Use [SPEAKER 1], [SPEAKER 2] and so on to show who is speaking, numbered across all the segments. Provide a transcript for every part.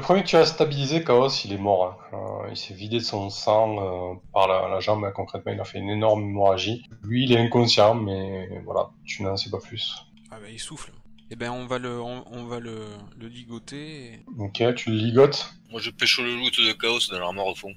[SPEAKER 1] premier que tu as stabilisé, Chaos, il est mort. hein. Euh, il s'est vidé de son sang euh, par la, la jambe, hein, concrètement. Il a fait une énorme hémorragie. Lui, il est inconscient, mais voilà, tu n'en sais pas plus.
[SPEAKER 2] Ah bah il souffle. Eh ben on va le, on, on va le, le ligoter. et-
[SPEAKER 1] Ok, tu le ligotes.
[SPEAKER 3] Moi, je pêche le loot de chaos dans l'armoire au fond.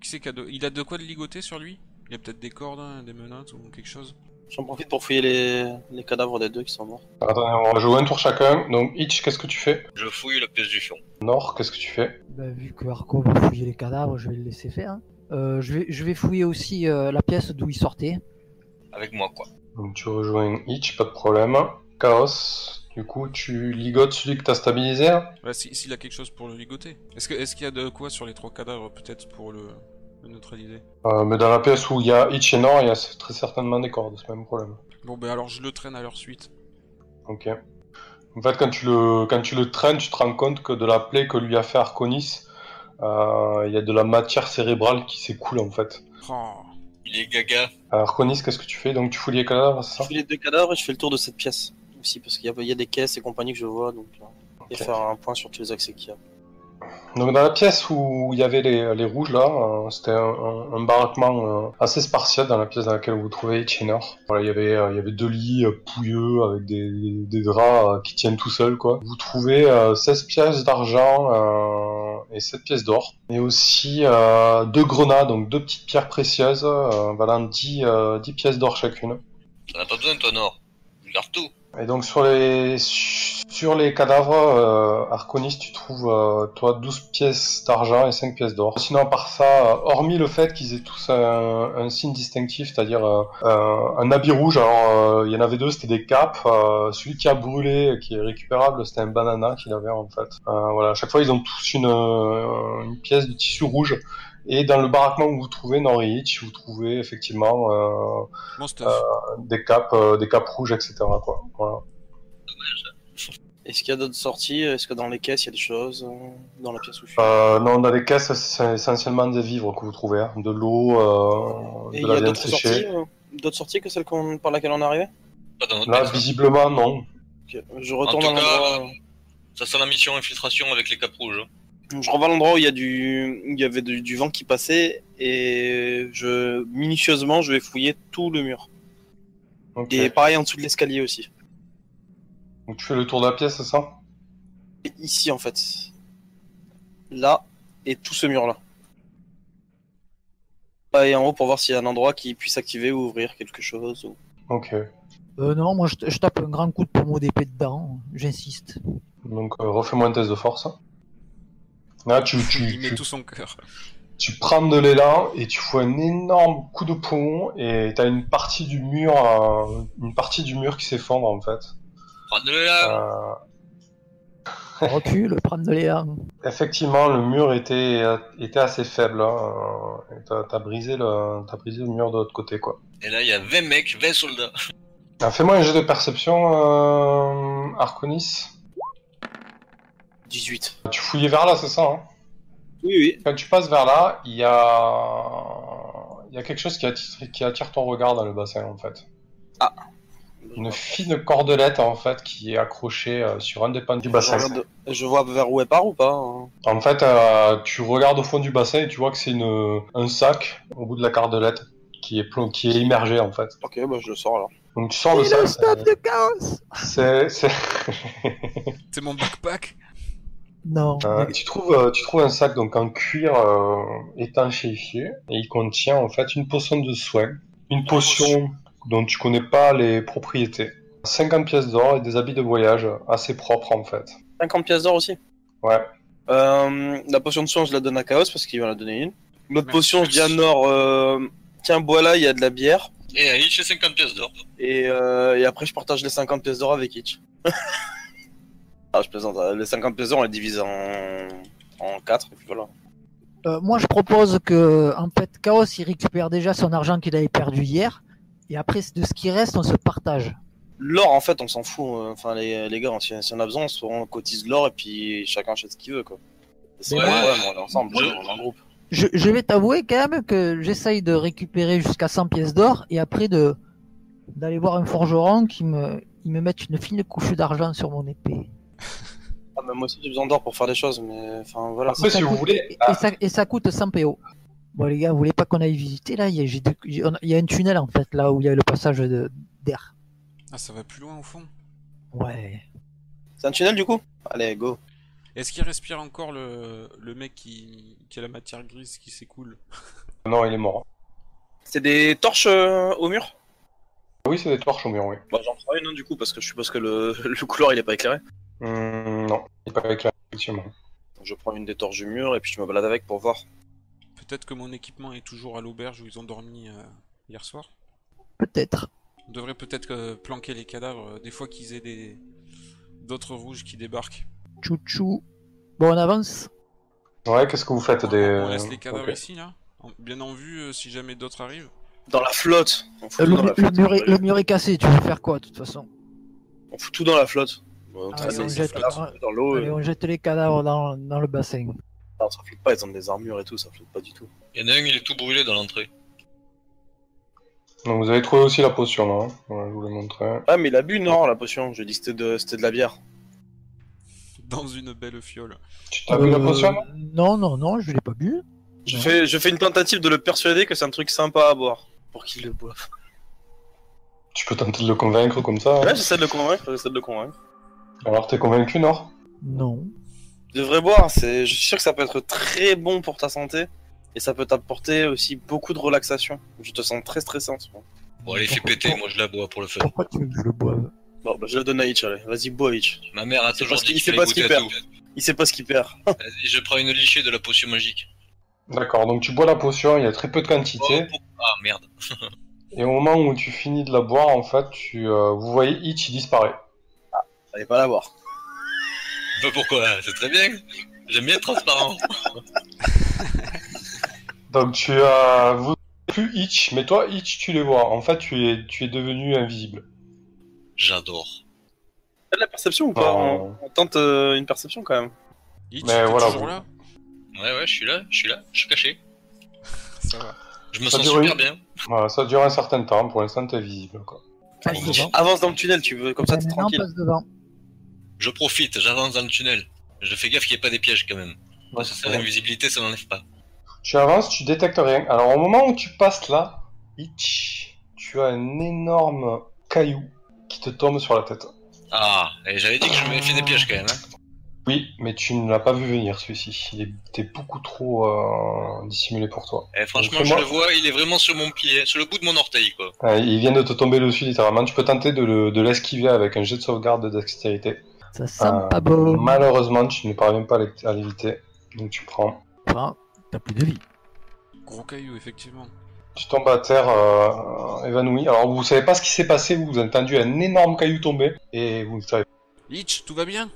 [SPEAKER 2] Qui c'est qui a de... Il a de quoi de ligoter sur lui Il a peut-être des cordes, hein, des menottes ou quelque chose.
[SPEAKER 4] J'en profite pour fouiller les... les cadavres des deux qui sont morts.
[SPEAKER 1] Attends, on va jouer un tour chacun. Donc, Hitch, qu'est-ce que tu fais
[SPEAKER 3] Je fouille la pièce du fond.
[SPEAKER 1] Nord, qu'est-ce que tu fais
[SPEAKER 5] Bah, vu que Arco va fouiller les cadavres, je vais le laisser faire. hein. Euh, je, vais, je vais fouiller aussi euh, la pièce d'où il sortait.
[SPEAKER 3] Avec moi, quoi.
[SPEAKER 1] Donc, tu rejoins Hitch, pas de problème. Chaos, du coup, tu ligotes celui que tu as stabilisé. hein
[SPEAKER 2] Bah, si- s'il a quelque chose pour le ligoter. Est-ce que- est-ce qu'il y a de quoi sur les trois cadavres peut-être pour le, le neutraliser
[SPEAKER 1] Euh, mais dans la pièce où il y a Hitch et Nord, il y a très certainement des cordes, c'est le même problème.
[SPEAKER 2] Bon ben alors je le traîne à leur suite.
[SPEAKER 1] Ok. En fait, quand tu le, quand tu le traînes, tu te rends compte que de la plaie que lui a fait Arconis, euh, il y a de la matière cérébrale qui s'écoule en fait. Euh,
[SPEAKER 2] Oh.
[SPEAKER 3] Il est gaga.
[SPEAKER 1] Arconis, qu'est-ce que tu fais Donc tu fouilles les cadavres, c'est
[SPEAKER 4] Je
[SPEAKER 1] ça
[SPEAKER 4] fouille les deux cadavres et je fais le tour de cette pièce aussi, parce qu'il y, a- il y a des caisses et compagnie que je vois, donc. euh, Et
[SPEAKER 1] Ok.
[SPEAKER 4] faire un point sur tous les accès qu'il y a.
[SPEAKER 1] Donc dans la pièce où il y avait les, les rouges là, euh, c'était un, un- un baraquement euh, assez spartiate dans la pièce dans laquelle vous vous trouvez Hitchenor. Voilà, il y avait euh, il y avait deux lits euh, pouilleux avec des, des- des draps euh, qui tiennent tout seuls quoi. Vous trouvez euh, 16 pièces d'argent euh, et 7 pièces d'or et aussi euh, deux grenades donc deux petites pierres précieuses euh, valant 10 euh, 10 pièces d'or chacune.
[SPEAKER 3] T'en as pas besoin, toi, Nord. Je garde tout.
[SPEAKER 1] Et donc sur les sur les cadavres euh, Arconis, tu trouves euh, toi 12 pièces d'argent et 5 pièces d'or. Sinon par ça, euh, hormis le fait qu'ils aient tous un, un signe distinctif, c'est-à-dire euh, euh, un habit rouge. Alors euh, il y en avait deux, c'était des capes. Euh, celui qui a brûlé, euh, qui est récupérable, c'était un banana qu'il avait en fait. Euh, voilà, à chaque fois ils ont tous une euh, une pièce de tissu rouge. Et dans le baraquement où vous trouvez Norwich, vous trouvez effectivement euh,
[SPEAKER 2] Mon stuff.
[SPEAKER 1] des capes, euh, des capes rouges, etc. Quoi. Voilà.
[SPEAKER 4] Est-ce qu'il y a d'autres sorties Est-ce que dans les caisses il y a des choses euh, Dans la pièce où je suis
[SPEAKER 1] Euh, non, dans les caisses, c'est essentiellement des vivres que vous trouvez. hein. De l'eau, euh, de
[SPEAKER 4] Et il y
[SPEAKER 1] la
[SPEAKER 4] a
[SPEAKER 1] viande
[SPEAKER 4] d'autres sorties
[SPEAKER 1] séchée.
[SPEAKER 4] euh, D'autres sorties que celles qu'on- par laquelle on est arrivé
[SPEAKER 3] Pas dans notre
[SPEAKER 1] Là,
[SPEAKER 3] pièce.
[SPEAKER 1] visiblement, non.
[SPEAKER 4] Ok, Je
[SPEAKER 3] En
[SPEAKER 4] retourne
[SPEAKER 3] tout
[SPEAKER 4] à l'endroit. euh,
[SPEAKER 3] cas, Ça sent la mission infiltration avec les capes rouges. hein.
[SPEAKER 4] Je revois l'endroit où il y a du, il y avait du, du vent qui passait et je minutieusement je vais fouiller tout le mur
[SPEAKER 1] Ok.
[SPEAKER 4] et pareil en dessous de l'escalier aussi.
[SPEAKER 1] Donc, tu fais le tour de la pièce, c'est ça
[SPEAKER 4] Et ici en fait, là et tout ce mur là. Et en haut pour voir s'il y a un endroit qui puisse activer ou ouvrir quelque chose. Ou...
[SPEAKER 1] Ok.
[SPEAKER 5] Euh, non, moi je, t- je tape un grand coup de pommeau d'épée dedans, j'insiste.
[SPEAKER 1] Donc, euh, refais-moi un test de force. Là, tu, tu,
[SPEAKER 2] il met
[SPEAKER 1] tu,
[SPEAKER 2] tout son cœur.
[SPEAKER 1] tu prends de l'élan et tu fous un énorme coup de poumon et t'as une partie du mur, euh, une partie du mur qui s'effondre en fait.
[SPEAKER 3] Prends-le
[SPEAKER 4] Ah.
[SPEAKER 3] là.
[SPEAKER 1] Euh,
[SPEAKER 5] Recule, prendre de l'élan.
[SPEAKER 1] Effectivement, le mur était, était assez faible. hein. Euh, T'as t'as brisé, le- t'as brisé le mur de l'autre côté, quoi.
[SPEAKER 3] Et là, il y a 20 mecs, 20 soldats.
[SPEAKER 1] Ah, Fais-moi un jeu de perception, euh, Arconis.
[SPEAKER 4] 18.
[SPEAKER 1] Tu fouillais vers là, c'est ça hein
[SPEAKER 4] Oui oui.
[SPEAKER 1] Quand tu passes vers là, il y a... il y a quelque chose qui attire, qui attire ton regard dans le bassin, en fait. Une fine cordelette, en fait, qui est accrochée euh, sur un des pans du
[SPEAKER 4] Je,
[SPEAKER 1] bassin.
[SPEAKER 4] regarde- je vois vers où elle part ou pas. hein
[SPEAKER 1] En fait, euh, tu regardes au fond du bassin et tu vois que c'est une... un sac au bout de la cordelette qui est, plom- qui est immergé, en fait.
[SPEAKER 4] Ok bah je le sors alors.
[SPEAKER 1] Donc tu sors le
[SPEAKER 5] Et
[SPEAKER 1] sac.
[SPEAKER 5] le stuff de chaos
[SPEAKER 1] C'est, c'est...
[SPEAKER 2] C'est mon backpack.
[SPEAKER 5] Non.
[SPEAKER 1] Euh,
[SPEAKER 5] mais-
[SPEAKER 1] tu trouves, euh, tu trouves un sac donc en cuir euh, étanchéifié et il contient en fait une potion de soin, une potion dont tu connais pas les propriétés, 50 pièces d'or et des habits de voyage assez propres en fait.
[SPEAKER 4] 50 pièces d'or aussi.
[SPEAKER 1] Ouais.
[SPEAKER 4] Euh, la potion de soin, je la donne à Chaos parce qu'il va la donner une. L'autre
[SPEAKER 2] Merci.
[SPEAKER 4] potion, je dis à Nord, euh, tiens, bois là, il y a de la bière.
[SPEAKER 3] Et à Hitch, 50 pièces d'or.
[SPEAKER 4] Et, euh, et après, je partage les 50 pièces d'or avec Hitch. ah, je plaisante. euh, Les 50 pièces d'or, on les divise en, en 4, et puis voilà.
[SPEAKER 5] Euh, moi je propose que en fait Chaos il récupère déjà son argent qu'il avait perdu hier. Et après de ce qui reste on se partage.
[SPEAKER 4] L'or, en fait, on s'en fout. euh, Enfin, les, les gars, si, si on a besoin, on, se- on cotise l'or et puis chacun achète ce qu'il veut, quoi. C'est
[SPEAKER 5] Mais
[SPEAKER 4] pas
[SPEAKER 3] moi-
[SPEAKER 4] un problème, on est ensemble,
[SPEAKER 3] Je-
[SPEAKER 4] on est en groupe.
[SPEAKER 5] Je, je vais t'avouer quand même que j'essaye de récupérer jusqu'à 100 pièces d'or et après de d'aller voir un forgeron qui me, il me mette une fine couche d'argent sur mon épée.
[SPEAKER 4] Ah, Moi aussi, j'ai besoin d'or pour faire des choses, mais enfin voilà.
[SPEAKER 1] Après,
[SPEAKER 5] ça
[SPEAKER 1] si vous
[SPEAKER 5] coûte-
[SPEAKER 1] voulez,
[SPEAKER 5] et, et ça, et ça coûte 100 PO. Bon, les gars, vous voulez pas qu'on aille visiter là il y, a, j'ai des- il y en a- il y a un tunnel en fait, là où il y a le passage de- d'air.
[SPEAKER 2] Ah, ça va plus loin au fond.
[SPEAKER 5] Ouais.
[SPEAKER 4] C'est un tunnel du coup Allez, go.
[SPEAKER 2] Est-ce qu'il respire encore le, le mec qui... qui a la matière grise qui s'écoule
[SPEAKER 1] non, il est mort.
[SPEAKER 4] C'est des torches euh, au mur
[SPEAKER 1] Ah Oui, c'est des torches au mur, oui.
[SPEAKER 4] Bah, j'en prends une hein, du coup, parce que je suppose que le, le couloir il est pas éclairé.
[SPEAKER 1] Hum, non, il est pas avec la effectivement.
[SPEAKER 4] Donc, je prends une des torches du mur et puis je me balade avec pour voir.
[SPEAKER 2] Peut-être que mon équipement est toujours à l'auberge où ils ont dormi euh, hier soir.
[SPEAKER 5] Peut-être.
[SPEAKER 2] On devrait peut-être euh, planquer les cadavres euh, des fois qu'ils aient des d'autres rouges qui débarquent.
[SPEAKER 5] Chouchou. Bon, on avance.
[SPEAKER 1] Ouais, qu'est-ce que vous faites des.
[SPEAKER 2] On laisse les cadavres
[SPEAKER 1] Ok.
[SPEAKER 2] ici là, En- bien en vue euh, si jamais d'autres arrivent.
[SPEAKER 4] Dans la flotte On fout,
[SPEAKER 5] Euh,
[SPEAKER 4] tout,
[SPEAKER 5] le,
[SPEAKER 4] dans la
[SPEAKER 5] le
[SPEAKER 4] flotte.
[SPEAKER 5] mur est, le mur est cassé, tu veux faire quoi de toute façon
[SPEAKER 4] on fout tout dans la flotte. Bon, on
[SPEAKER 5] Ah,
[SPEAKER 4] traîne
[SPEAKER 2] et
[SPEAKER 4] dans
[SPEAKER 2] on
[SPEAKER 4] les
[SPEAKER 2] jette-
[SPEAKER 4] flottes, dans l'eau.
[SPEAKER 5] Allez,
[SPEAKER 4] euh,
[SPEAKER 5] on jette les cadavres dans, dans le bassin.
[SPEAKER 4] non, Ça flotte pas, ils ont des armures et tout, ça flotte pas du tout.
[SPEAKER 3] Il y en a un, il est tout brûlé dans l'entrée.
[SPEAKER 1] Donc vous avez trouvé aussi la potion, là. hein. Voilà, je vous l'ai montré.
[SPEAKER 4] Ah, mais il a bu, non, la potion. J'ai dit que c'était de, c'était de la bière.
[SPEAKER 2] Dans une belle fiole.
[SPEAKER 1] Tu t'as vu la
[SPEAKER 5] Euh,
[SPEAKER 1] potion là
[SPEAKER 5] Non, non, non, je l'ai pas bu.
[SPEAKER 4] Je
[SPEAKER 5] Ouais.
[SPEAKER 4] fais, je fais une tentative de le persuader que c'est un truc sympa à boire. Pour qu'il le boive.
[SPEAKER 1] Tu peux tenter de le convaincre comme ça. hein.
[SPEAKER 4] Ouais, j'essaie de le convaincre, j'essaie de le convaincre.
[SPEAKER 1] Alors t'es convaincu, Nord
[SPEAKER 5] Non.
[SPEAKER 4] Tu devrais boire, c'est, je suis sûr que ça peut être très bon pour ta santé. Et ça peut t'apporter aussi beaucoup de relaxation. Je te sens très stressé en ce moment.
[SPEAKER 3] Bon, allez, fais
[SPEAKER 5] Pourquoi-
[SPEAKER 3] péter, moi je la bois pour le feu.
[SPEAKER 5] Pourquoi tu veux que je le boive
[SPEAKER 4] Bon, bah, je le donne à Hitch, allez. Vas-y, bois, Hitch.
[SPEAKER 3] Ma mère a toujours
[SPEAKER 4] pas ce
[SPEAKER 3] dit
[SPEAKER 4] qu'il-
[SPEAKER 3] qu'il
[SPEAKER 4] c'est
[SPEAKER 3] fallait
[SPEAKER 4] pas ce
[SPEAKER 3] goûter
[SPEAKER 4] qu'il
[SPEAKER 3] à
[SPEAKER 4] perd.
[SPEAKER 3] tout.
[SPEAKER 4] Il sait pas ce qu'il perd.
[SPEAKER 3] Vas-y, je prends une lichée de la potion magique.
[SPEAKER 1] D'accord, donc tu bois la potion, il y a très peu de
[SPEAKER 3] Oh,
[SPEAKER 1] quantité.
[SPEAKER 3] pour- Ah merde.
[SPEAKER 1] Et au moment où tu finis de la boire, en fait, tu, euh, vous voyez Hitch, il disparaît.
[SPEAKER 4] Allez, pas la boire.
[SPEAKER 3] Bah pourquoi C'est très bien. J'aime bien être transparent.
[SPEAKER 1] Donc tu as... vous plus Hitch, mais toi, Hitch, tu les vois. En fait, tu es, tu es devenu invisible.
[SPEAKER 3] J'adore.
[SPEAKER 4] T'as de la perception ou pas
[SPEAKER 1] Non.
[SPEAKER 4] on, on tente euh, une perception quand même.
[SPEAKER 2] Hitch,
[SPEAKER 1] Mais
[SPEAKER 2] t'es
[SPEAKER 1] voilà,
[SPEAKER 2] toujours
[SPEAKER 1] vous-
[SPEAKER 2] là
[SPEAKER 3] Ouais, ouais, je suis là, je suis là, je suis caché.
[SPEAKER 2] Ça va.
[SPEAKER 3] Je me
[SPEAKER 1] Ça
[SPEAKER 3] sens
[SPEAKER 1] dure
[SPEAKER 3] super
[SPEAKER 1] une-
[SPEAKER 3] bien.
[SPEAKER 1] Voilà, ça dure un certain temps, pour l'instant, t'es visible. Quoi.
[SPEAKER 5] Passe
[SPEAKER 3] Allez,
[SPEAKER 5] devant.
[SPEAKER 4] Avance dans le tunnel, tu veux, comme ça t'es
[SPEAKER 5] Maintenant,
[SPEAKER 4] tranquille.
[SPEAKER 5] passe devant.
[SPEAKER 3] Je profite, j'avance dans le tunnel. Je fais gaffe qu'il n'y ait pas des pièges quand même. Parce que ça,
[SPEAKER 1] Ouais.
[SPEAKER 3] l'invisibilité, ça n'enlève pas.
[SPEAKER 1] Tu avances, tu détectes rien. Alors au moment où tu passes là, Hitch, tu as un énorme caillou qui te tombe sur la tête.
[SPEAKER 3] Ah, et j'avais dit que je m'avais fait des pièges quand même. Hein.
[SPEAKER 1] Oui, mais tu ne l'as pas vu venir celui-ci. Il est- T'es beaucoup trop euh, dissimulé pour toi.
[SPEAKER 3] Eh, franchement,
[SPEAKER 1] Donc,
[SPEAKER 3] je
[SPEAKER 1] fais-moi-
[SPEAKER 3] le vois, il est vraiment sur mon pied, sur le bout de mon orteil, quoi.
[SPEAKER 1] Euh, il vient de te tomber dessus littéralement. Tu peux tenter de le- de l'esquiver avec un jet de sauvegarde de dextérité.
[SPEAKER 5] Ça sent
[SPEAKER 1] Euh,
[SPEAKER 5] pas
[SPEAKER 4] Mm.
[SPEAKER 5] bon.
[SPEAKER 1] Malheureusement, tu ne parviens pas à l'é- à l'éviter. Donc tu prends.
[SPEAKER 5] Enfin, T'as plus de vie.
[SPEAKER 2] Gros caillou, effectivement.
[SPEAKER 1] Tu tombes à terre euh, évanoui. Alors vous savez pas ce qui s'est passé. Vous avez entendu un énorme caillou tomber et vous ne savez
[SPEAKER 2] Hitch, tout va bien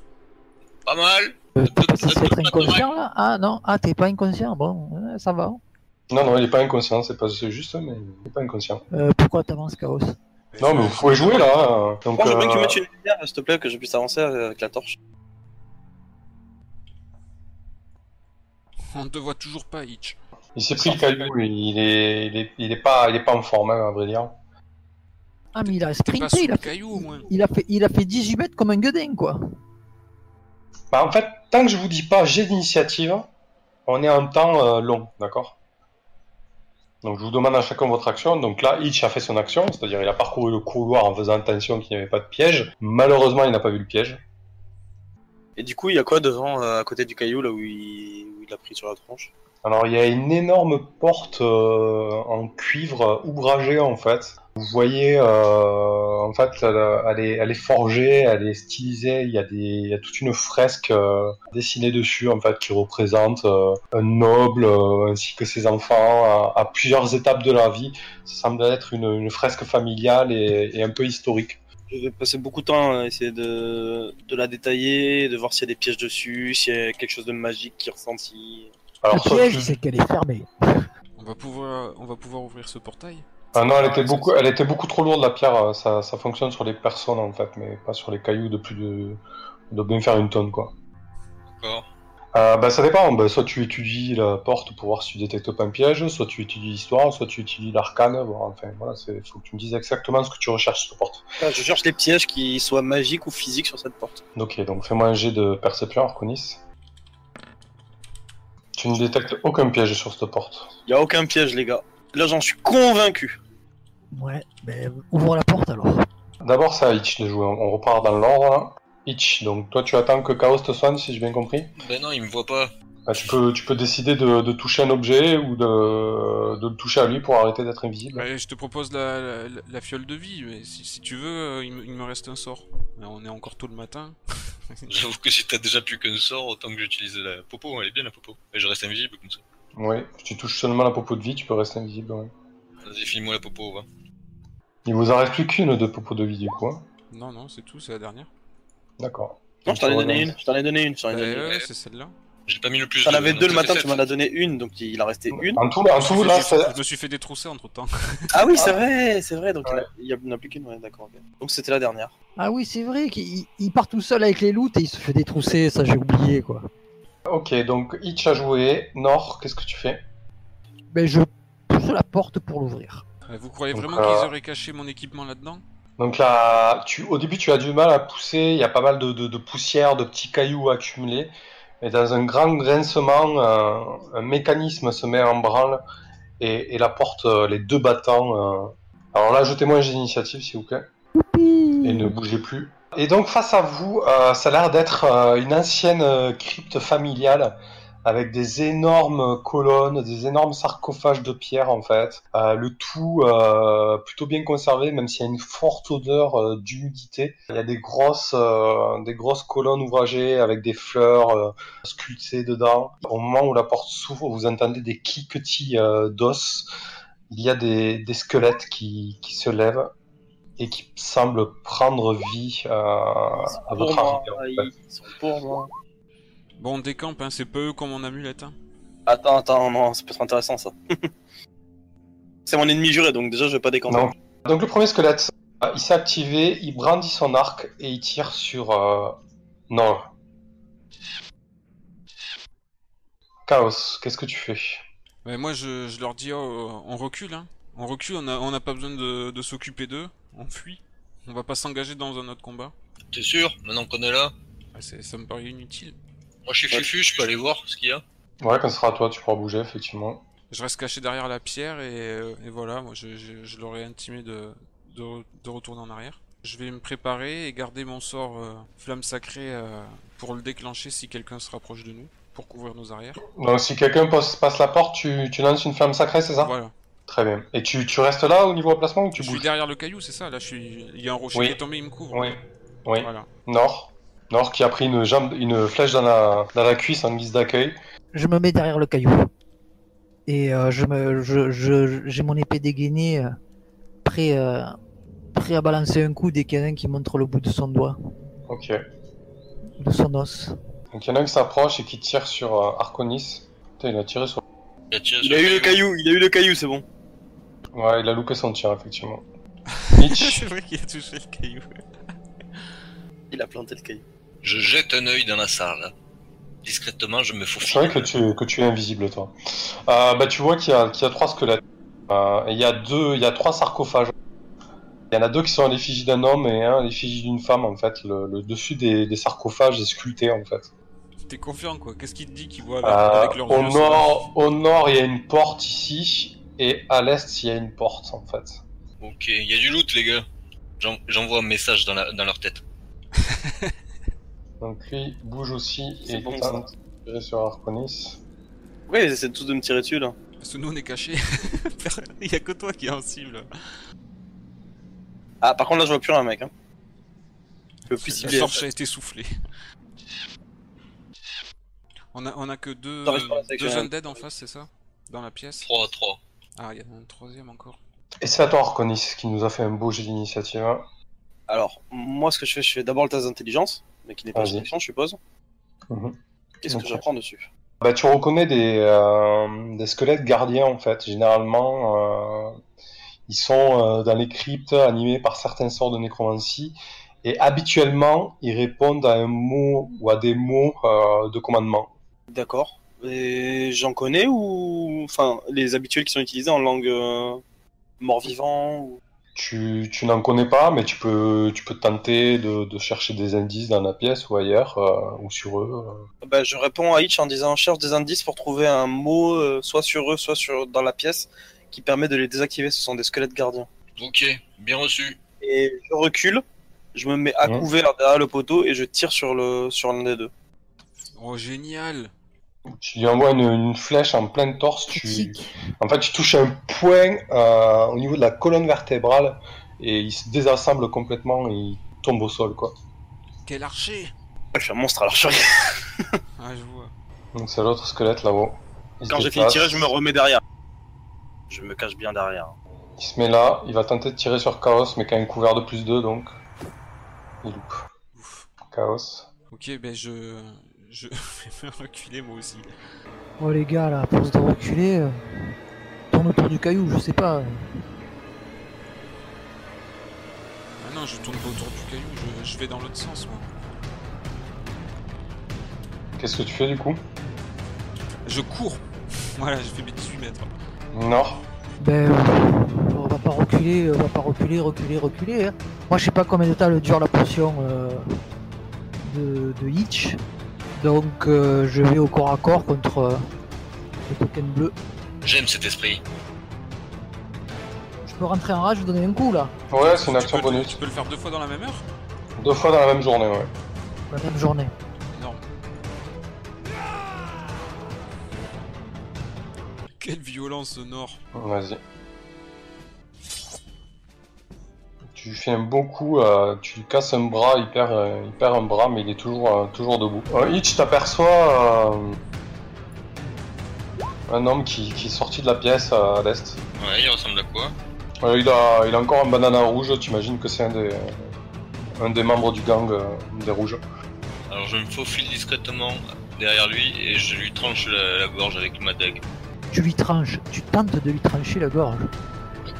[SPEAKER 3] Pas mal.
[SPEAKER 5] Euh, T'es pas censé être inconscient là Ah non, ah t'es pas inconscient, bon, euh, ça va.
[SPEAKER 1] Non, non, il est pas inconscient, c'est pas c'est juste, mais il est pas inconscient.
[SPEAKER 5] Euh, pourquoi t'avances Chaos
[SPEAKER 1] Non, mais vous pouvez jouer là. euh, Donc,
[SPEAKER 4] Moi je veux bien que tu
[SPEAKER 1] euh,
[SPEAKER 4] mettes une lumière s'il te plaît, que je puisse avancer avec la torche.
[SPEAKER 2] On ne te voit toujours pas, Hitch.
[SPEAKER 1] il s'est pris le caillou, il est, il est, il est pas, il est pas en forme, hein, à vrai dire.
[SPEAKER 5] Ah mais il a
[SPEAKER 2] T'es pas sous
[SPEAKER 5] sprinté, il
[SPEAKER 2] le
[SPEAKER 5] a, fait,
[SPEAKER 2] caillou, au moins.
[SPEAKER 5] il, a fait, il a fait 18 mètres comme un gueudin quoi.
[SPEAKER 1] Bah, en fait, tant que je vous dis pas j'ai d'initiative, on est en temps euh, long, d'accord Donc, je vous demande à chacun votre action. Donc là, Hitch a fait son action, c'est-à-dire il a parcouru le couloir en faisant attention qu'il n'y avait pas de piège. Malheureusement, il n'a pas vu le piège.
[SPEAKER 4] Et du coup, il y a quoi devant, euh, à côté du caillou là où il, où il a pris sur la tronche
[SPEAKER 1] Alors, il y a une énorme porte euh, en cuivre euh, ouvragée, en fait. Vous voyez, euh, en fait, elle, euh, elle est, elle est forgée, elle est stylisée. Il y a, des, il y a toute une fresque euh, dessinée dessus, en fait, qui représente euh, un noble euh, ainsi que ses enfants à, à plusieurs étapes de leur vie. Ça semble être une, une fresque familiale et, et un peu historique.
[SPEAKER 4] Je vais passer beaucoup de temps à essayer de, de la détailler, de voir s'il y a des pièges dessus, s'il y a quelque chose de magique qui est ressenti.
[SPEAKER 1] Alors,
[SPEAKER 5] le
[SPEAKER 1] sauf
[SPEAKER 5] piège
[SPEAKER 1] que-
[SPEAKER 5] c'est qu'elle est fermée.
[SPEAKER 2] On va pouvoir, on va pouvoir ouvrir ce portail.
[SPEAKER 1] Ah non, elle était beaucoup, elle était beaucoup trop lourde la pierre. euh, Ça, ça fonctionne sur les personnes en fait, mais pas sur les cailloux de plus de, de bien faire une tonne quoi.
[SPEAKER 3] D'accord.
[SPEAKER 1] Euh, bah, ça dépend. Bah, soit tu étudies la porte pour voir si tu détectes pas un piège, soit tu étudies l'histoire, soit tu étudies l'arcane. Bon, enfin, voilà, il faut que tu me dises exactement ce que tu recherches sur la porte.
[SPEAKER 4] Ah, je cherche les pièges qui soient magiques ou physiques sur cette porte.
[SPEAKER 1] Ok, donc fais-moi un jet de perception, Arconis. Tu ne détectes aucun piège sur cette porte.
[SPEAKER 4] Il a aucun piège, les gars. Là, j'en suis convaincu.
[SPEAKER 5] Ouais, ben ouvre la porte alors.
[SPEAKER 1] D'abord, ça, Itch, de jouer. On repart dans l'ordre. là. Itch, donc toi, tu attends que Chaos te soigne, si j'ai bien compris
[SPEAKER 3] Ben non, il me voit pas.
[SPEAKER 1] Bah, tu, peux, tu peux décider de, de toucher un objet ou de, de le toucher à lui pour arrêter d'être invisible.
[SPEAKER 2] Ouais, je te propose la, la, la fiole de vie, mais si, si tu veux, euh, il, me- il me reste un sort. Mais on est encore tôt le matin.
[SPEAKER 3] J'avoue que si t'as déjà plus qu'un sort, autant que j'utilise la popo, elle est bien la popo. Et je reste invisible comme ça.
[SPEAKER 1] Ouais, si tu touches seulement la popo de vie, tu peux rester invisible. ouais.
[SPEAKER 3] Vas-y, file-moi la popo, hein. va.
[SPEAKER 1] Il vous en reste plus qu'une de popo de vie du coup. hein.
[SPEAKER 2] Non, non, c'est tout, c'est la dernière.
[SPEAKER 1] D'accord.
[SPEAKER 4] Non, je t'en ai
[SPEAKER 1] Donc,
[SPEAKER 4] donné
[SPEAKER 1] ouais,
[SPEAKER 4] une. Je t'en ai donné une. Je t'en ai
[SPEAKER 2] Bah,
[SPEAKER 4] donné une.
[SPEAKER 2] ouais, c'est celle-là.
[SPEAKER 3] J'ai pas mis le plus.
[SPEAKER 4] J'en
[SPEAKER 3] de-
[SPEAKER 4] avais deux le
[SPEAKER 3] ça
[SPEAKER 4] matin,
[SPEAKER 3] fait
[SPEAKER 4] tu
[SPEAKER 3] sept.
[SPEAKER 4] m'en as donné une, donc il en restait une.
[SPEAKER 1] En tout, en
[SPEAKER 2] Je
[SPEAKER 1] tout
[SPEAKER 2] me
[SPEAKER 1] là,
[SPEAKER 2] suis fait-
[SPEAKER 1] ça-
[SPEAKER 2] je me suis fait détrousser entre temps.
[SPEAKER 4] Ah oui, c'est vrai, c'est vrai. Donc il y en a-
[SPEAKER 1] Ouais.
[SPEAKER 4] il y en a, plus qu'une, ouais, d'accord. ok. Donc c'était la dernière.
[SPEAKER 5] Ah oui, c'est vrai qu'il il- il part tout seul avec les loots et il se fait détrousser, ça j'ai oublié quoi.
[SPEAKER 1] Ok, donc Itch a joué. Nord, qu'est-ce que tu fais
[SPEAKER 5] Ben je pousse la porte pour l'ouvrir.
[SPEAKER 2] Euh, Vous croyez
[SPEAKER 1] Donc,
[SPEAKER 2] vraiment
[SPEAKER 1] euh,
[SPEAKER 2] qu'ils auraient caché mon équipement là-dedans
[SPEAKER 1] Donc là, tu, au début, tu as du mal à pousser. Il y a pas mal de, de- de poussière, de petits cailloux accumulés. Et dans un grand grincement, un, un mécanisme se met en branle et, et la porte, euh, les deux battants. euh, Alors là, jetez-moi un jet d'initiative, s'il vous plaît. Et ne bougez plus. Et donc, face à vous, euh, ça a l'air d'être euh, une ancienne euh, crypte familiale avec des énormes colonnes, des énormes sarcophages de pierre en fait. Euh, le tout euh, plutôt bien conservé, même s'il y a une forte odeur euh, d'humidité. Il y a des grosses, euh, des grosses colonnes ouvragées avec des fleurs euh, sculptées dedans. Au moment où la porte s'ouvre, vous entendez des cliquetis euh, d'os. Il y a des, des squelettes qui, qui se lèvent et qui semblent prendre vie euh, à
[SPEAKER 4] Pour
[SPEAKER 1] votre
[SPEAKER 4] moi,
[SPEAKER 1] arrivée. en fait.
[SPEAKER 4] ils sont pour moi.
[SPEAKER 2] Bon, on décampe, hein, c'est pas eux comme mon amulette. Hein.
[SPEAKER 4] Attends, attends, non, ça peut être intéressant ça. c'est mon ennemi juré, donc déjà je vais pas décanter.
[SPEAKER 1] Non. Donc le premier squelette, euh, il s'est activé, il brandit son arc et il tire sur euh, non. Chaos, qu'est-ce que tu fais
[SPEAKER 2] Mais moi, je, je leur dis, oh, on recule, hein. On recule, on a, on a pas besoin de, de s'occuper d'eux. On fuit. On va pas s'engager dans un autre combat.
[SPEAKER 3] T'es sûr Maintenant qu'on est là
[SPEAKER 2] Ah, c'est- ça me paraît inutile.
[SPEAKER 3] Moi, je suis fufu, je peux aller voir ce qu'il y a.
[SPEAKER 1] Ouais, quand ce sera à toi, tu pourras bouger effectivement.
[SPEAKER 2] Je reste caché derrière la pierre et, euh, et voilà, moi je, je, je leur ai intimé de, de, re- de retourner en arrière. Je vais me préparer et garder mon sort euh, flamme sacrée euh, pour le déclencher si quelqu'un se rapproche de nous, pour couvrir nos arrières.
[SPEAKER 1] Donc si quelqu'un passe, passe la porte, tu, tu lances une flamme sacrée, c'est ça
[SPEAKER 2] Voilà.
[SPEAKER 1] Très bien. Et tu, tu restes là au niveau emplacement ou tu
[SPEAKER 2] je suis
[SPEAKER 1] bouges
[SPEAKER 2] derrière le caillou, c'est ça Là, je suis... il y a un rocher
[SPEAKER 1] Oui.
[SPEAKER 2] qui est tombé, il me couvre.
[SPEAKER 1] Oui. Oui.
[SPEAKER 2] Voilà.
[SPEAKER 1] Nord. Nord qui a pris une jambe, une flèche dans la, dans la cuisse en guise d'accueil.
[SPEAKER 5] Je me mets derrière le caillou. Et euh, je me je- je- j'ai mon épée dégainée euh, prêt, euh, prêt à balancer un coup dès qu'il y en a un qui montre le bout de son doigt,
[SPEAKER 1] Ok.
[SPEAKER 5] de son os.
[SPEAKER 1] Donc il y en a un qui s'approche et qui tire sur euh, Arconis. Putain, il a tiré sur.
[SPEAKER 3] Il a, tiré
[SPEAKER 4] Il
[SPEAKER 3] sur
[SPEAKER 4] a eu le caillou, il a eu le caillou, c'est bon.
[SPEAKER 1] Ouais, il a loupé son tir effectivement. Mitch.
[SPEAKER 2] c'est vrai qu'il a touché le caillou.
[SPEAKER 4] Il a planté le caillou.
[SPEAKER 3] Je jette un œil dans la salle. Discrètement, je me faufile.
[SPEAKER 1] C'est vrai que tu, que tu es invisible, toi. Euh, bah, tu vois qu'il y, a- qu'il y a trois squelettes. Euh, et il y a deux, il y a trois sarcophages. Il y en a deux qui sont à l'effigie d'un homme et un à l'effigie d'une femme, en fait. Le, le dessus des, des sarcophages est sculpté, en fait.
[SPEAKER 2] T'es confiant quoi Qu'est-ce qu'il te dit qu'ils voient avec,
[SPEAKER 1] Euh,
[SPEAKER 2] avec leurs
[SPEAKER 1] au,
[SPEAKER 2] yeux
[SPEAKER 1] nord, au nord, il y a une porte ici. Et à l'est, il y a une porte, en fait.
[SPEAKER 3] Ok, il y a du loot, les gars. J'en- J'envoie un message dans, la- dans leur tête.
[SPEAKER 1] Donc lui, bouge aussi
[SPEAKER 4] C'est
[SPEAKER 1] et
[SPEAKER 4] bon, ça.
[SPEAKER 1] tente de tirer sur Arconis.
[SPEAKER 4] Pourquoi ils essaient tous de me tirer dessus là
[SPEAKER 2] Parce que nous on est cachés. il y a que toi qui est en cible.
[SPEAKER 4] Ah, par contre là je vois plus rien, mec. Hein. Je peux plus
[SPEAKER 2] Le
[SPEAKER 4] cibler.
[SPEAKER 2] torche a été soufflé. On a, on a que deux,
[SPEAKER 4] Ça reste pas la section,
[SPEAKER 2] deux
[SPEAKER 4] hein.
[SPEAKER 2] undead en face, c'est ça Dans la pièce
[SPEAKER 3] 3 à 3.
[SPEAKER 2] Ah, il y en a un troisième encore.
[SPEAKER 1] Et c'est à toi, Arconis, qui nous a fait un beau jet d'initiative. hein.
[SPEAKER 4] Alors, moi ce que je fais, je fais d'abord le test d'intelligence, mais qui n'est pas
[SPEAKER 1] Vas-y.
[SPEAKER 4] intelligent, je suppose.
[SPEAKER 1] Mhm.
[SPEAKER 4] Qu'est-ce
[SPEAKER 1] Ok.
[SPEAKER 4] que j'apprends dessus
[SPEAKER 1] Bah, tu reconnais des, euh, des squelettes gardiens en fait. Généralement, euh, ils sont euh, dans les cryptes animés par certains sorts de nécromancie et habituellement, ils répondent à un mot ou à des mots euh, de commandement.
[SPEAKER 4] D'accord. Et j'en connais ou. Enfin, les habituels qui sont utilisés en langue euh, mort-vivant ou...
[SPEAKER 1] Tu, tu n'en connais pas, mais tu peux, tu peux tenter de, de chercher des indices dans la pièce ou ailleurs, euh, ou sur eux. euh.
[SPEAKER 4] Bah, je réponds à Hitch en disant cherche des indices pour trouver un mot, euh, soit sur eux, soit sur dans la pièce, qui permet de les désactiver. Ce sont des squelettes gardiens.
[SPEAKER 3] Ok, bien reçu.
[SPEAKER 4] Et je recule, je me mets à
[SPEAKER 1] Mhm.
[SPEAKER 4] couvert derrière le poteau et je tire sur le sur l'un des deux.
[SPEAKER 2] Oh, génial
[SPEAKER 1] Tu lui envoies une, une flèche en plein torse, tu,
[SPEAKER 6] Critique.
[SPEAKER 1] en fait, tu touches un point euh, au niveau de la colonne vertébrale et il se désassemble complètement et il tombe au sol, quoi.
[SPEAKER 2] Quel archer
[SPEAKER 4] Je suis un monstre à l'archerie.
[SPEAKER 2] Ah, je vois.
[SPEAKER 1] Donc c'est l'autre squelette là-haut. Il se
[SPEAKER 4] Quand j'ai fini de
[SPEAKER 1] déplace,
[SPEAKER 4] tirer, je me remets derrière. Je me cache bien derrière.
[SPEAKER 1] Il se met là, il va tenter de tirer sur Chaos, mais qui a un couvert de plus 2, donc... Il loupe.
[SPEAKER 2] Ouf.
[SPEAKER 1] Chaos.
[SPEAKER 2] Ok, ben je... Je vais me reculer moi aussi.
[SPEAKER 5] Oh les gars, là, à force de reculer, euh, tourne autour du caillou, je sais pas.
[SPEAKER 2] Ah non, je tourne pas autour du caillou, je, je vais dans l'autre sens moi.
[SPEAKER 1] Qu'est-ce que tu fais du coup
[SPEAKER 2] Je cours Voilà, je fais mes 18 mètres.
[SPEAKER 1] Nord
[SPEAKER 5] Ben, euh, on va pas reculer, on va pas reculer, reculer, reculer. hein. Moi, je sais pas combien de temps elle dure la potion euh, de, de Hitch. Donc, euh, je vais au corps à corps contre euh, le token bleu.
[SPEAKER 3] J'aime cet esprit.
[SPEAKER 5] Je peux rentrer en rage, je donner un coup là,
[SPEAKER 1] Ouais, c'est une
[SPEAKER 2] Tu
[SPEAKER 1] action
[SPEAKER 2] peux le-
[SPEAKER 1] bonus.
[SPEAKER 2] Tu peux le faire deux fois dans la même heure
[SPEAKER 1] Deux fois dans la même journée, ouais.
[SPEAKER 5] la même journée.
[SPEAKER 2] Non. Quelle violence sonore
[SPEAKER 1] Vas-y. Tu fais un bon coup, euh, tu lui casses un bras, il perd, euh, il perd un bras, mais il est toujours, euh, toujours debout. Euh, Hitch t'aperçoit euh, un homme qui, qui est sorti de la pièce euh, à l'est.
[SPEAKER 3] Ouais, il ressemble à quoi
[SPEAKER 1] Euh, il, a, il a encore un banana rouge, tu imagines que c'est un des, un des membres du gang euh, des rouges.
[SPEAKER 3] Alors je me faufile discrètement derrière lui et je lui tranche la, la gorge avec ma dague.
[SPEAKER 5] Tu lui tranches, tu tentes de lui trancher la gorge.
[SPEAKER 3] Mais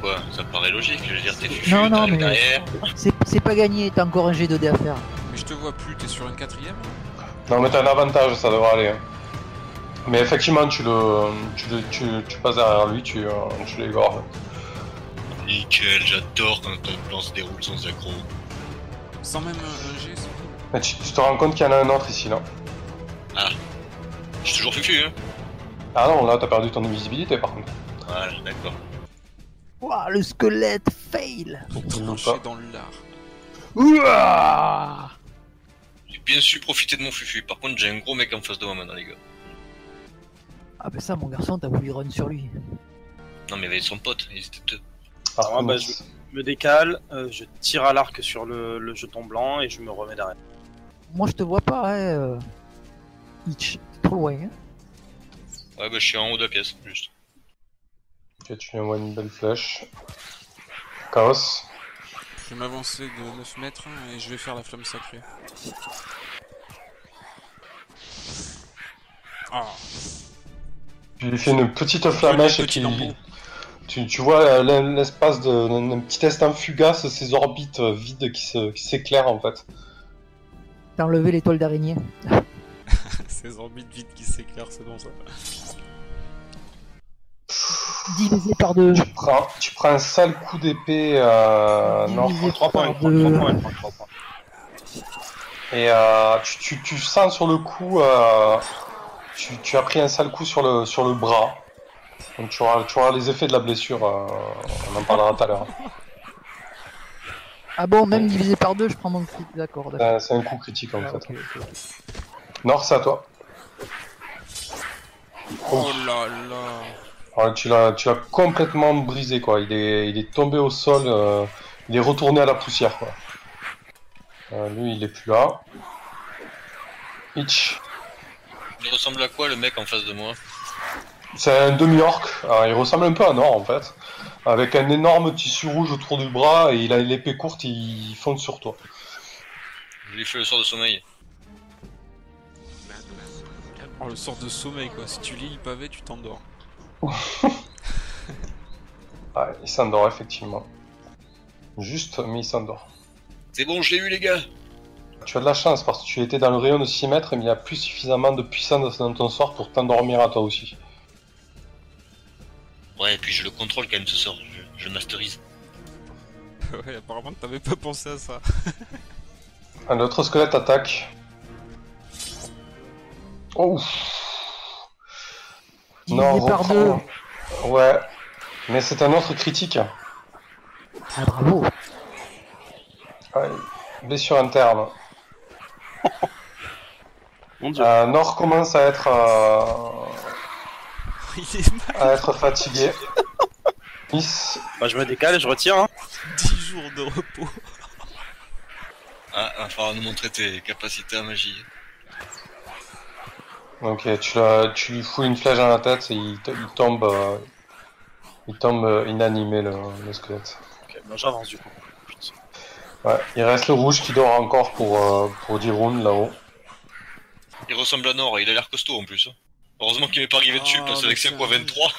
[SPEAKER 3] Quoi Ça me paraît logique, je veux dire, t'es fufu,
[SPEAKER 5] Non, non,
[SPEAKER 3] t'arrives
[SPEAKER 5] mais-
[SPEAKER 3] derrière.
[SPEAKER 5] C'est c'est pas gagné, t'as encore un jet de dés à faire.
[SPEAKER 2] Mais je te vois plus, t'es sur une quatrième là
[SPEAKER 1] Non mais t'as un avantage, ça devrait aller. hein. Mais effectivement, tu le, tu, le- tu, tu passes derrière lui, tu, euh, tu l'égores.
[SPEAKER 3] Nickel, j'adore quand ton plan se déroule sans accro.
[SPEAKER 2] Sans même un un G, c'est cool.
[SPEAKER 1] Mais Bah, tu, tu te rends compte qu'il y en a un autre ici, là.
[SPEAKER 3] Je suis toujours fufu, hein
[SPEAKER 1] Ah non, là, t'as perdu ton invisibilité, par contre.
[SPEAKER 3] Voilà, d'accord.
[SPEAKER 5] Ouah, le squelette fail
[SPEAKER 2] Pour
[SPEAKER 1] Je vois
[SPEAKER 2] trancher
[SPEAKER 1] pas.
[SPEAKER 2] dans le lard.
[SPEAKER 5] Ouah
[SPEAKER 3] J'ai bien su profiter de mon fufu, par contre j'ai un gros mec en face de moi maintenant les gars.
[SPEAKER 5] Ah ben ça, mon garçon, t'as voulu run sur lui.
[SPEAKER 3] Non mais avec son pote, ils étaient deux.
[SPEAKER 1] Ah,
[SPEAKER 4] Ah, bah,
[SPEAKER 1] nice.
[SPEAKER 4] Je me décale, euh, je tire à l'arc sur le, le jeton blanc et je me remets derrière.
[SPEAKER 5] Moi, je te vois pas, hein, euh, Hitch. T'es trop loin, hein.
[SPEAKER 3] Ouais bah je suis en haut de la pièce, juste.
[SPEAKER 1] Ok, tu lui envoies une belle flèche. Chaos.
[SPEAKER 2] Je vais m'avancer de 9 mètres hein, et je vais faire la flamme sacrée. Ah,
[SPEAKER 1] Tu lui fais une petite
[SPEAKER 2] je connais
[SPEAKER 1] flamèche
[SPEAKER 2] le
[SPEAKER 1] qui...
[SPEAKER 2] petit lambeau.
[SPEAKER 1] Tu, tu vois euh, l'e- l'espace de- d'un d'un petit instant fugace, ces orbites euh, vides qui se- qui s'éclairent, en fait.
[SPEAKER 5] T'as enlevé l'étoile d'araignée.
[SPEAKER 2] Ces orbites vides qui s'éclairent, c'est bon ça.
[SPEAKER 5] Divisé par deux.
[SPEAKER 1] Tu prends, tu prends un sale coup d'épée euh, nord
[SPEAKER 5] Divisé
[SPEAKER 4] Trois points,
[SPEAKER 5] par
[SPEAKER 4] trois
[SPEAKER 5] deux.
[SPEAKER 4] points, trois points, trois points.
[SPEAKER 1] et euh, tu, tu- tu sens sur le coup... euh, tu, tu as pris un sale coup sur le, sur le bras. Donc tu auras, tu auras les effets de la blessure, euh, on en parlera tout à l'heure.
[SPEAKER 5] Ah bon, même divisé par deux, je prends mon crit. D'accord, d'accord.
[SPEAKER 1] Euh, C'est un coup critique en
[SPEAKER 5] Ah,
[SPEAKER 1] fait.
[SPEAKER 5] ok, ok, ok.
[SPEAKER 1] Nord, c'est à toi.
[SPEAKER 2] Oh là là
[SPEAKER 1] Alors, tu l'as tu l'as complètement brisé quoi. Il est, il est tombé au sol, euh, il est retourné à la poussière quoi. Euh, lui, il est plus là. Hitch.
[SPEAKER 3] Il ressemble à quoi le mec en face de moi
[SPEAKER 1] C'est un demi-orc. Alors, Il ressemble un peu à Nord en fait. Avec un énorme tissu rouge autour du bras et il a l'épée courte, il fonce sur toi.
[SPEAKER 3] Je lui fais le sort de sommeil.
[SPEAKER 2] Oh le sort de sommeil quoi, si tu lis le pavé tu t'endors.
[SPEAKER 1] Ah, il s'endort effectivement. Juste, mais il s'endort.
[SPEAKER 3] C'est bon, je l'ai eu les gars
[SPEAKER 1] tu as de la chance parce que tu étais dans le rayon de 6 mètres, mais il n'y a plus suffisamment de puissance dans ton sort pour t'endormir à toi aussi.
[SPEAKER 3] Ouais, et puis je le contrôle quand même ce sort, je, je masterise.
[SPEAKER 2] ouais, apparemment, t'avais pas pensé à ça.
[SPEAKER 1] Un autre squelette attaque. Oh Non,
[SPEAKER 5] Divisé par
[SPEAKER 1] reprends.
[SPEAKER 5] deux.
[SPEAKER 1] Ouais. Mais c'est un autre critique.
[SPEAKER 5] Ah, bravo.
[SPEAKER 1] Ouais. Blessure interne.
[SPEAKER 4] Mon dieu.
[SPEAKER 1] Euh, Nord commence à être, euh,
[SPEAKER 2] Il est mal
[SPEAKER 1] à être fatigué. Miss.
[SPEAKER 4] Bah, je me décale et je retire. Hein.
[SPEAKER 2] 10 jours de repos.
[SPEAKER 3] Ah, va falloir nous montrer tes capacités à magie.
[SPEAKER 1] Ok, tu, l'as- tu lui fous une flèche dans la tête et il, t- il tombe, euh, il tombe euh, inanimé le, le squelette.
[SPEAKER 4] Ok, bah, j'avance du coup. Putain.
[SPEAKER 1] Ouais, il reste le rouge qui dort encore pour, euh, pour 10 rounds là-haut.
[SPEAKER 3] Il ressemble à Nord, et il a l'air costaud en plus. hein. Heureusement qu'il m'est pas arrivé dessus,
[SPEAKER 2] Ah,
[SPEAKER 3] parce
[SPEAKER 2] mais
[SPEAKER 3] qu'avec
[SPEAKER 2] c'est
[SPEAKER 3] ses quoi
[SPEAKER 2] un rouge.
[SPEAKER 3] 23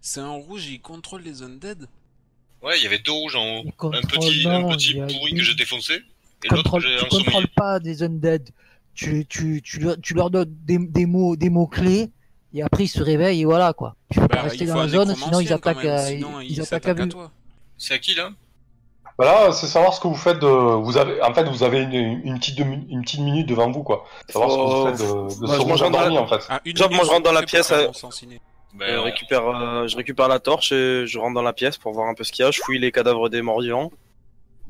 [SPEAKER 2] C'est un rouge, il contrôle les undead.
[SPEAKER 3] Ouais, il y avait deux rouges en haut.
[SPEAKER 5] Il
[SPEAKER 3] Un
[SPEAKER 5] contrôle-
[SPEAKER 3] petit, un
[SPEAKER 5] non,
[SPEAKER 3] petit
[SPEAKER 5] il y a
[SPEAKER 3] pourri
[SPEAKER 5] une-
[SPEAKER 3] que j'ai défoncé, et l'autre que
[SPEAKER 5] contrôle-
[SPEAKER 3] j'ai
[SPEAKER 5] tu
[SPEAKER 3] ensommeillé.
[SPEAKER 5] contrôles pas des undead. Tu, tu, tu, leur- tu leur donnes des, des mots, des mots clés, et après ils se réveillent et voilà quoi. Tu peux
[SPEAKER 2] Bah,
[SPEAKER 5] pas rester
[SPEAKER 2] il
[SPEAKER 5] dans
[SPEAKER 2] faut
[SPEAKER 5] la
[SPEAKER 2] un
[SPEAKER 5] zone, sinon ils
[SPEAKER 2] nécromancien, quand
[SPEAKER 5] attaquent,
[SPEAKER 2] même,
[SPEAKER 5] à,
[SPEAKER 2] sinon
[SPEAKER 5] ils,
[SPEAKER 2] il
[SPEAKER 5] attaquent à
[SPEAKER 2] s'attaque à
[SPEAKER 5] vue.
[SPEAKER 2] toi.
[SPEAKER 3] C'est à qui là
[SPEAKER 1] Voilà, Bah c'est savoir ce que vous faites de. Vous avez, en fait, vous avez une, une petite, demi- une petite minute devant vous, quoi. Savoir
[SPEAKER 4] Faut-
[SPEAKER 1] ce que vous
[SPEAKER 5] Oh,
[SPEAKER 1] faites de, de
[SPEAKER 4] Bah,
[SPEAKER 1] ce
[SPEAKER 4] je mange
[SPEAKER 1] rouge
[SPEAKER 4] un
[SPEAKER 1] endormi, en fait.
[SPEAKER 2] Ah, une
[SPEAKER 4] Genre, moi,
[SPEAKER 2] minute,
[SPEAKER 4] je rentre dans la
[SPEAKER 2] c'est
[SPEAKER 4] pièce,
[SPEAKER 2] pour
[SPEAKER 4] euh,
[SPEAKER 2] commencer à ensigner.
[SPEAKER 3] Ben,
[SPEAKER 4] Euh,
[SPEAKER 3] on-
[SPEAKER 4] récupère, euh, je récupère la torche et je rentre dans la pièce pour voir un peu ce qu'il y a. Je fouille les cadavres des morts vivants.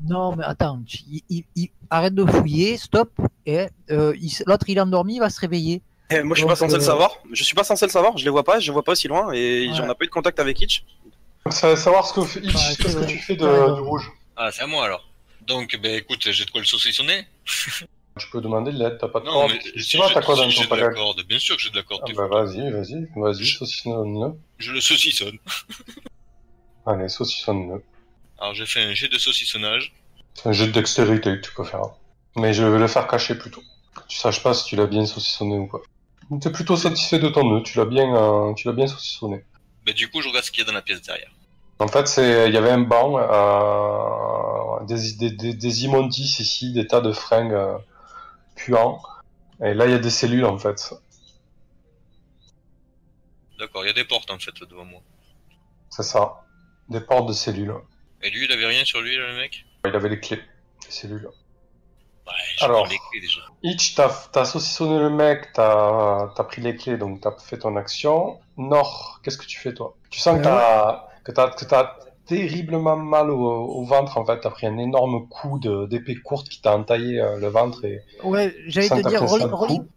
[SPEAKER 5] Non, mais attends, tu- il- il- il- arrête de fouiller, stop. Et euh, il s- l'autre il est endormi, il va se réveiller.
[SPEAKER 4] Eh, moi, je suis pas
[SPEAKER 5] Donc,
[SPEAKER 4] censé le
[SPEAKER 5] euh,
[SPEAKER 4] savoir. Je suis pas censé le savoir. Je les vois pas. Je les vois pas aussi loin. Et
[SPEAKER 5] Ouais.
[SPEAKER 4] j'en ai pas eu de contact avec Hitch.
[SPEAKER 1] Donc, ça va savoir ce que, fait- Itch,
[SPEAKER 5] Ouais, c'est
[SPEAKER 1] qu'est-ce que
[SPEAKER 5] vrai.
[SPEAKER 1] tu fais
[SPEAKER 5] T'as
[SPEAKER 1] de,
[SPEAKER 5] raison.
[SPEAKER 1] du rouge.
[SPEAKER 3] Ah, c'est à moi alors. Donc, ben écoute, j'ai de quoi le saucissonner
[SPEAKER 1] Tu peux demander de l'aide, t'as pas de
[SPEAKER 3] Non,
[SPEAKER 1] corde.
[SPEAKER 3] mais
[SPEAKER 1] Tu
[SPEAKER 3] si
[SPEAKER 1] vois,
[SPEAKER 3] j'ai
[SPEAKER 1] t'as quoi dans
[SPEAKER 3] si
[SPEAKER 1] ton
[SPEAKER 3] j'ai de la
[SPEAKER 1] pack
[SPEAKER 3] corde, bien sûr que j'ai de la corde.
[SPEAKER 1] Ah,
[SPEAKER 3] t'es
[SPEAKER 1] bah,
[SPEAKER 3] fou.
[SPEAKER 1] vas-y, vas-y, vas-y,
[SPEAKER 3] Je-
[SPEAKER 1] saucissonne-le.
[SPEAKER 3] Je le saucissonne.
[SPEAKER 1] Allez, saucissonne-le.
[SPEAKER 3] Alors, j'ai fait un jet de saucissonnage.
[SPEAKER 1] C'est un jeu de dextérité que tu peux faire. Mais je vais le faire cacher plutôt. Que tu saches pas si tu l'as bien saucissonné ou pas. T'es plutôt satisfait de ton nœud, tu l'as bien, euh, tu l'as bien saucissonné.
[SPEAKER 3] Ben, du coup, je regarde ce qu'il y a dans la pièce derrière.
[SPEAKER 1] En fait, c'est il y avait un banc, euh, des, des, des, des immondices ici, des tas de fringues euh, puants. Et là, il y a des cellules en fait.
[SPEAKER 3] D'accord, il y a des portes en fait devant moi.
[SPEAKER 1] C'est ça. Des portes de cellules.
[SPEAKER 3] Et lui, il avait rien sur lui, là, le mec
[SPEAKER 1] Il avait les clés des cellules.
[SPEAKER 3] Ouais, j'ai
[SPEAKER 1] Alors.
[SPEAKER 3] pris les clés déjà.
[SPEAKER 1] Hitch, t'as t'as saucissonné le mec, t'as t'as pris les clés, donc t'as fait ton action. Nord, qu'est-ce que tu fais toi Tu sens que
[SPEAKER 5] Euh,
[SPEAKER 1] t'as que t'as que t'as terriblement mal au, au ventre en fait. T'as pris un énorme coup de- d'épée courte qui t'a entaillé euh, le ventre et
[SPEAKER 5] Ouais, j'allais
[SPEAKER 1] Ça,
[SPEAKER 5] te
[SPEAKER 1] t'as
[SPEAKER 5] dire,
[SPEAKER 1] pris
[SPEAKER 5] relis,
[SPEAKER 1] ça de
[SPEAKER 5] relis.
[SPEAKER 1] coup.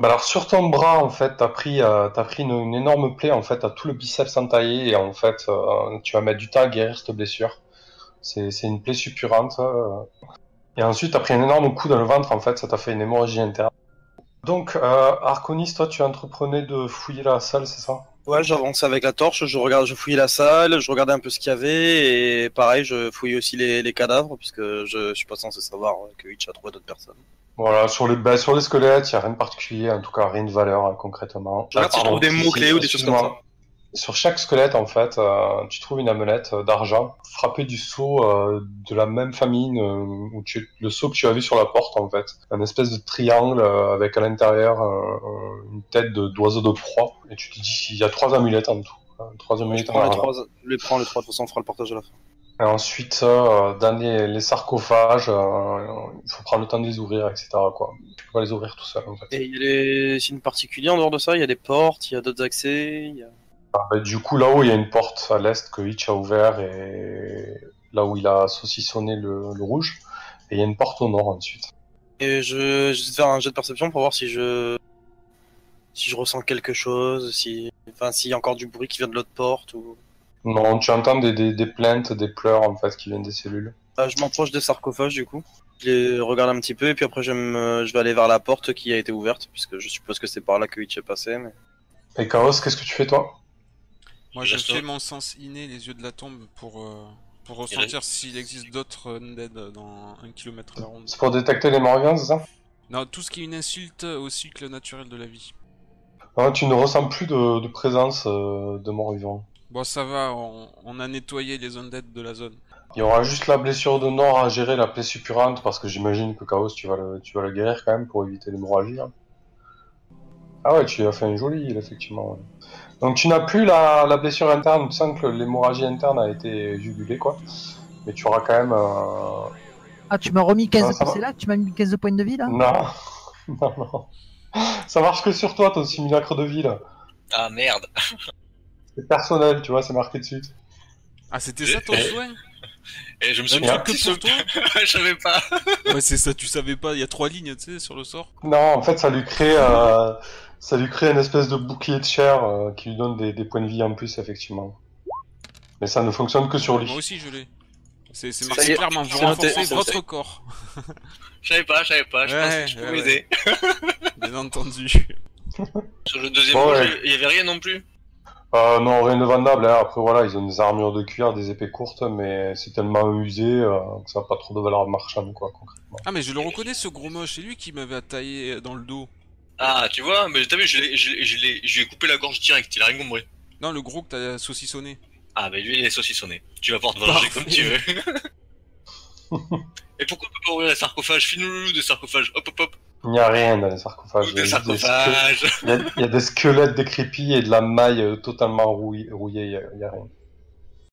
[SPEAKER 1] Bah alors sur ton bras en fait t'as pris euh, t'as pris une, une énorme plaie en fait t'as tout le biceps entaillé et en fait euh, tu vas mettre du temps à guérir cette blessure c'est c'est une plaie suppurante euh. et ensuite t'as pris un énorme coup dans le ventre en fait ça t'a fait une hémorragie interne donc euh, Arconis toi tu entreprenais de fouiller la salle c'est ça
[SPEAKER 4] Ouais, j'avance avec la torche. Je regarde, je fouille la salle. Je regardais un peu ce qu'il y avait. Et pareil, je fouille aussi les, les cadavres puisque je suis pas censé savoir que Hitch a trouvé d'autres personnes.
[SPEAKER 1] voilà sur les bah, sur les squelettes y a rien de particulier en tout cas rien de valeur hein, concrètement Ah,
[SPEAKER 4] Je regarde si je
[SPEAKER 1] pardon,
[SPEAKER 4] trouve des
[SPEAKER 1] si,
[SPEAKER 4] mots-clés
[SPEAKER 1] si,
[SPEAKER 4] ou des choses comme
[SPEAKER 1] excuse-moi.
[SPEAKER 4] ça.
[SPEAKER 1] Sur chaque squelette, en fait, euh, tu trouves une amelette euh, d'argent frappée du sceau euh, de la même famille euh, où tu, le sceau que tu as vu sur la porte, en fait. Un espèce de triangle euh, avec à l'intérieur euh, euh, une tête de- d'oiseau de, proie. Et tu te dis qu'il y a trois amulettes en tout. hein, trois
[SPEAKER 4] Je
[SPEAKER 1] amulettes en
[SPEAKER 4] prends les
[SPEAKER 1] argent.
[SPEAKER 4] trois. Je les prends les trois. De toute façon, on fera le partage à la fin.
[SPEAKER 1] Et ensuite, euh, dans les, les sarcophages, euh, il faut prendre le temps de les ouvrir, etc. Quoi. Tu peux pas les ouvrir tout seul, en fait.
[SPEAKER 4] Et il y a des signes particuliers en dehors de ça Il y a des portes, il y a d'autres accès il y a-
[SPEAKER 1] Bah, du coup, là-haut, il y a une porte à l'est que Hitch a ouvert et là où il a saucissonné le, le rouge. Et il y a une porte au nord ensuite.
[SPEAKER 4] Et je, je vais faire un jet de perception pour voir si je. Si je ressens quelque chose, si. Enfin, s'il y a encore du bruit qui vient de l'autre porte ou.
[SPEAKER 1] Non, tu entends des, des, des plaintes, des pleurs en fait qui viennent des cellules.
[SPEAKER 4] Bah, je m'approche des sarcophages du coup. Je les regarde un petit peu et puis après je, me... je vais aller vers la porte qui a été ouverte puisque je suppose que c'est par là que Hitch est passé. Mais...
[SPEAKER 1] Et Chaos, qu'est-ce que tu fais toi
[SPEAKER 2] Moi,
[SPEAKER 3] Il
[SPEAKER 2] je
[SPEAKER 3] reste-
[SPEAKER 2] fais mon sens inné, les yeux de la tombe, pour, euh, pour
[SPEAKER 3] reste-
[SPEAKER 2] ressentir s'il existe d'autres undead dans un kilomètre à la ronde.
[SPEAKER 1] C'est pour détecter les morts vivants, c'est ça
[SPEAKER 2] Non, tout ce qui est une insulte au cycle naturel de la vie.
[SPEAKER 1] Non, Tu ne ressens plus de, de présence euh, de morts vivants.
[SPEAKER 2] Bon, ça va, on, on a nettoyé les undead de la zone.
[SPEAKER 1] Il y aura juste la blessure de Nord à gérer, la plaie suppurante, parce que j'imagine que Chaos, tu vas le, tu vas le guérir quand même pour éviter l'hémorragie. hein. Ah ouais, tu lui as fait un joli heal, effectivement. ouais. Donc tu n'as plus la, la blessure interne, tu sens que l'hémorragie interne a été jugulée, quoi. Mais tu auras quand même... euh,
[SPEAKER 5] Ah, tu m'as remis 15
[SPEAKER 1] Ah, ça va.
[SPEAKER 5] c'est là que Tu m'as mis 15 de points de vie là
[SPEAKER 1] Non, non, non. Ça marche que sur toi, ton simulacre de vie, là.
[SPEAKER 3] Ah merde
[SPEAKER 1] C'est personnel, tu vois, c'est marqué dessus.
[SPEAKER 2] Ah, c'était ça
[SPEAKER 4] Eh,
[SPEAKER 2] ton souhait
[SPEAKER 3] Et je me
[SPEAKER 2] Un
[SPEAKER 3] suis pris un
[SPEAKER 2] truc
[SPEAKER 3] petit
[SPEAKER 2] que pour
[SPEAKER 3] saut.
[SPEAKER 2] toi
[SPEAKER 3] Je savais pas
[SPEAKER 2] Ouais, c'est ça, tu savais pas, il y a trois lignes, tu sais, sur le sort.
[SPEAKER 1] Non, en fait, ça lui crée, euh, ça lui crée une espèce de bouclier de chair euh, qui lui donne des, des points de vie en plus, effectivement. Mais ça ne fonctionne que sur lui.
[SPEAKER 2] Ah, Moi aussi, je l'ai. C'est c'est
[SPEAKER 4] Ça y
[SPEAKER 2] marqué
[SPEAKER 4] est,
[SPEAKER 2] clairement, vous
[SPEAKER 4] c'est noté,
[SPEAKER 2] renforcez
[SPEAKER 4] c'est
[SPEAKER 2] votre
[SPEAKER 4] noté.
[SPEAKER 2] corps.
[SPEAKER 3] Je savais pas, je savais pas, je
[SPEAKER 2] Ouais,
[SPEAKER 3] pensais que tu
[SPEAKER 2] ouais,
[SPEAKER 3] pouvais
[SPEAKER 2] ouais.
[SPEAKER 3] m'aider.
[SPEAKER 2] Bien entendu.
[SPEAKER 3] Sur le deuxième
[SPEAKER 1] Bon,
[SPEAKER 3] jeu,
[SPEAKER 1] ouais.
[SPEAKER 3] il y avait rien non plus.
[SPEAKER 1] Euh, non, rien de vendable. hein. Après, voilà, ils ont des armures de cuir, des épées courtes, mais c'est tellement usé euh, que ça n'a pas trop de valeur marchande, quoi, concrètement.
[SPEAKER 2] Ah, mais je le reconnais, ce gros moche, c'est lui qui m'avait attaillé dans le dos.
[SPEAKER 3] Ah, tu vois, mais t'as vu, je l'ai- je l'ai- je l'ai- je lui ai coupé la gorge direct, il a rien compris.
[SPEAKER 2] Non, le gros que t'as saucissonné.
[SPEAKER 3] Ah, bah lui, il est saucissonné. Tu vas pouvoir te venger comme tu veux. Et pourquoi on peut pas ouvrir les sarcophages Finis-nous des sarcophages, hop hop hop
[SPEAKER 1] Il n'y a rien dans les sarcophages.
[SPEAKER 3] Ou
[SPEAKER 1] Il y a
[SPEAKER 3] des
[SPEAKER 1] juste des squelettes-
[SPEAKER 3] sarcophages
[SPEAKER 1] il y a- il y a des squelettes décrépits et de la maille euh, totalement rouillée. rouillée, il y a- il y a rien.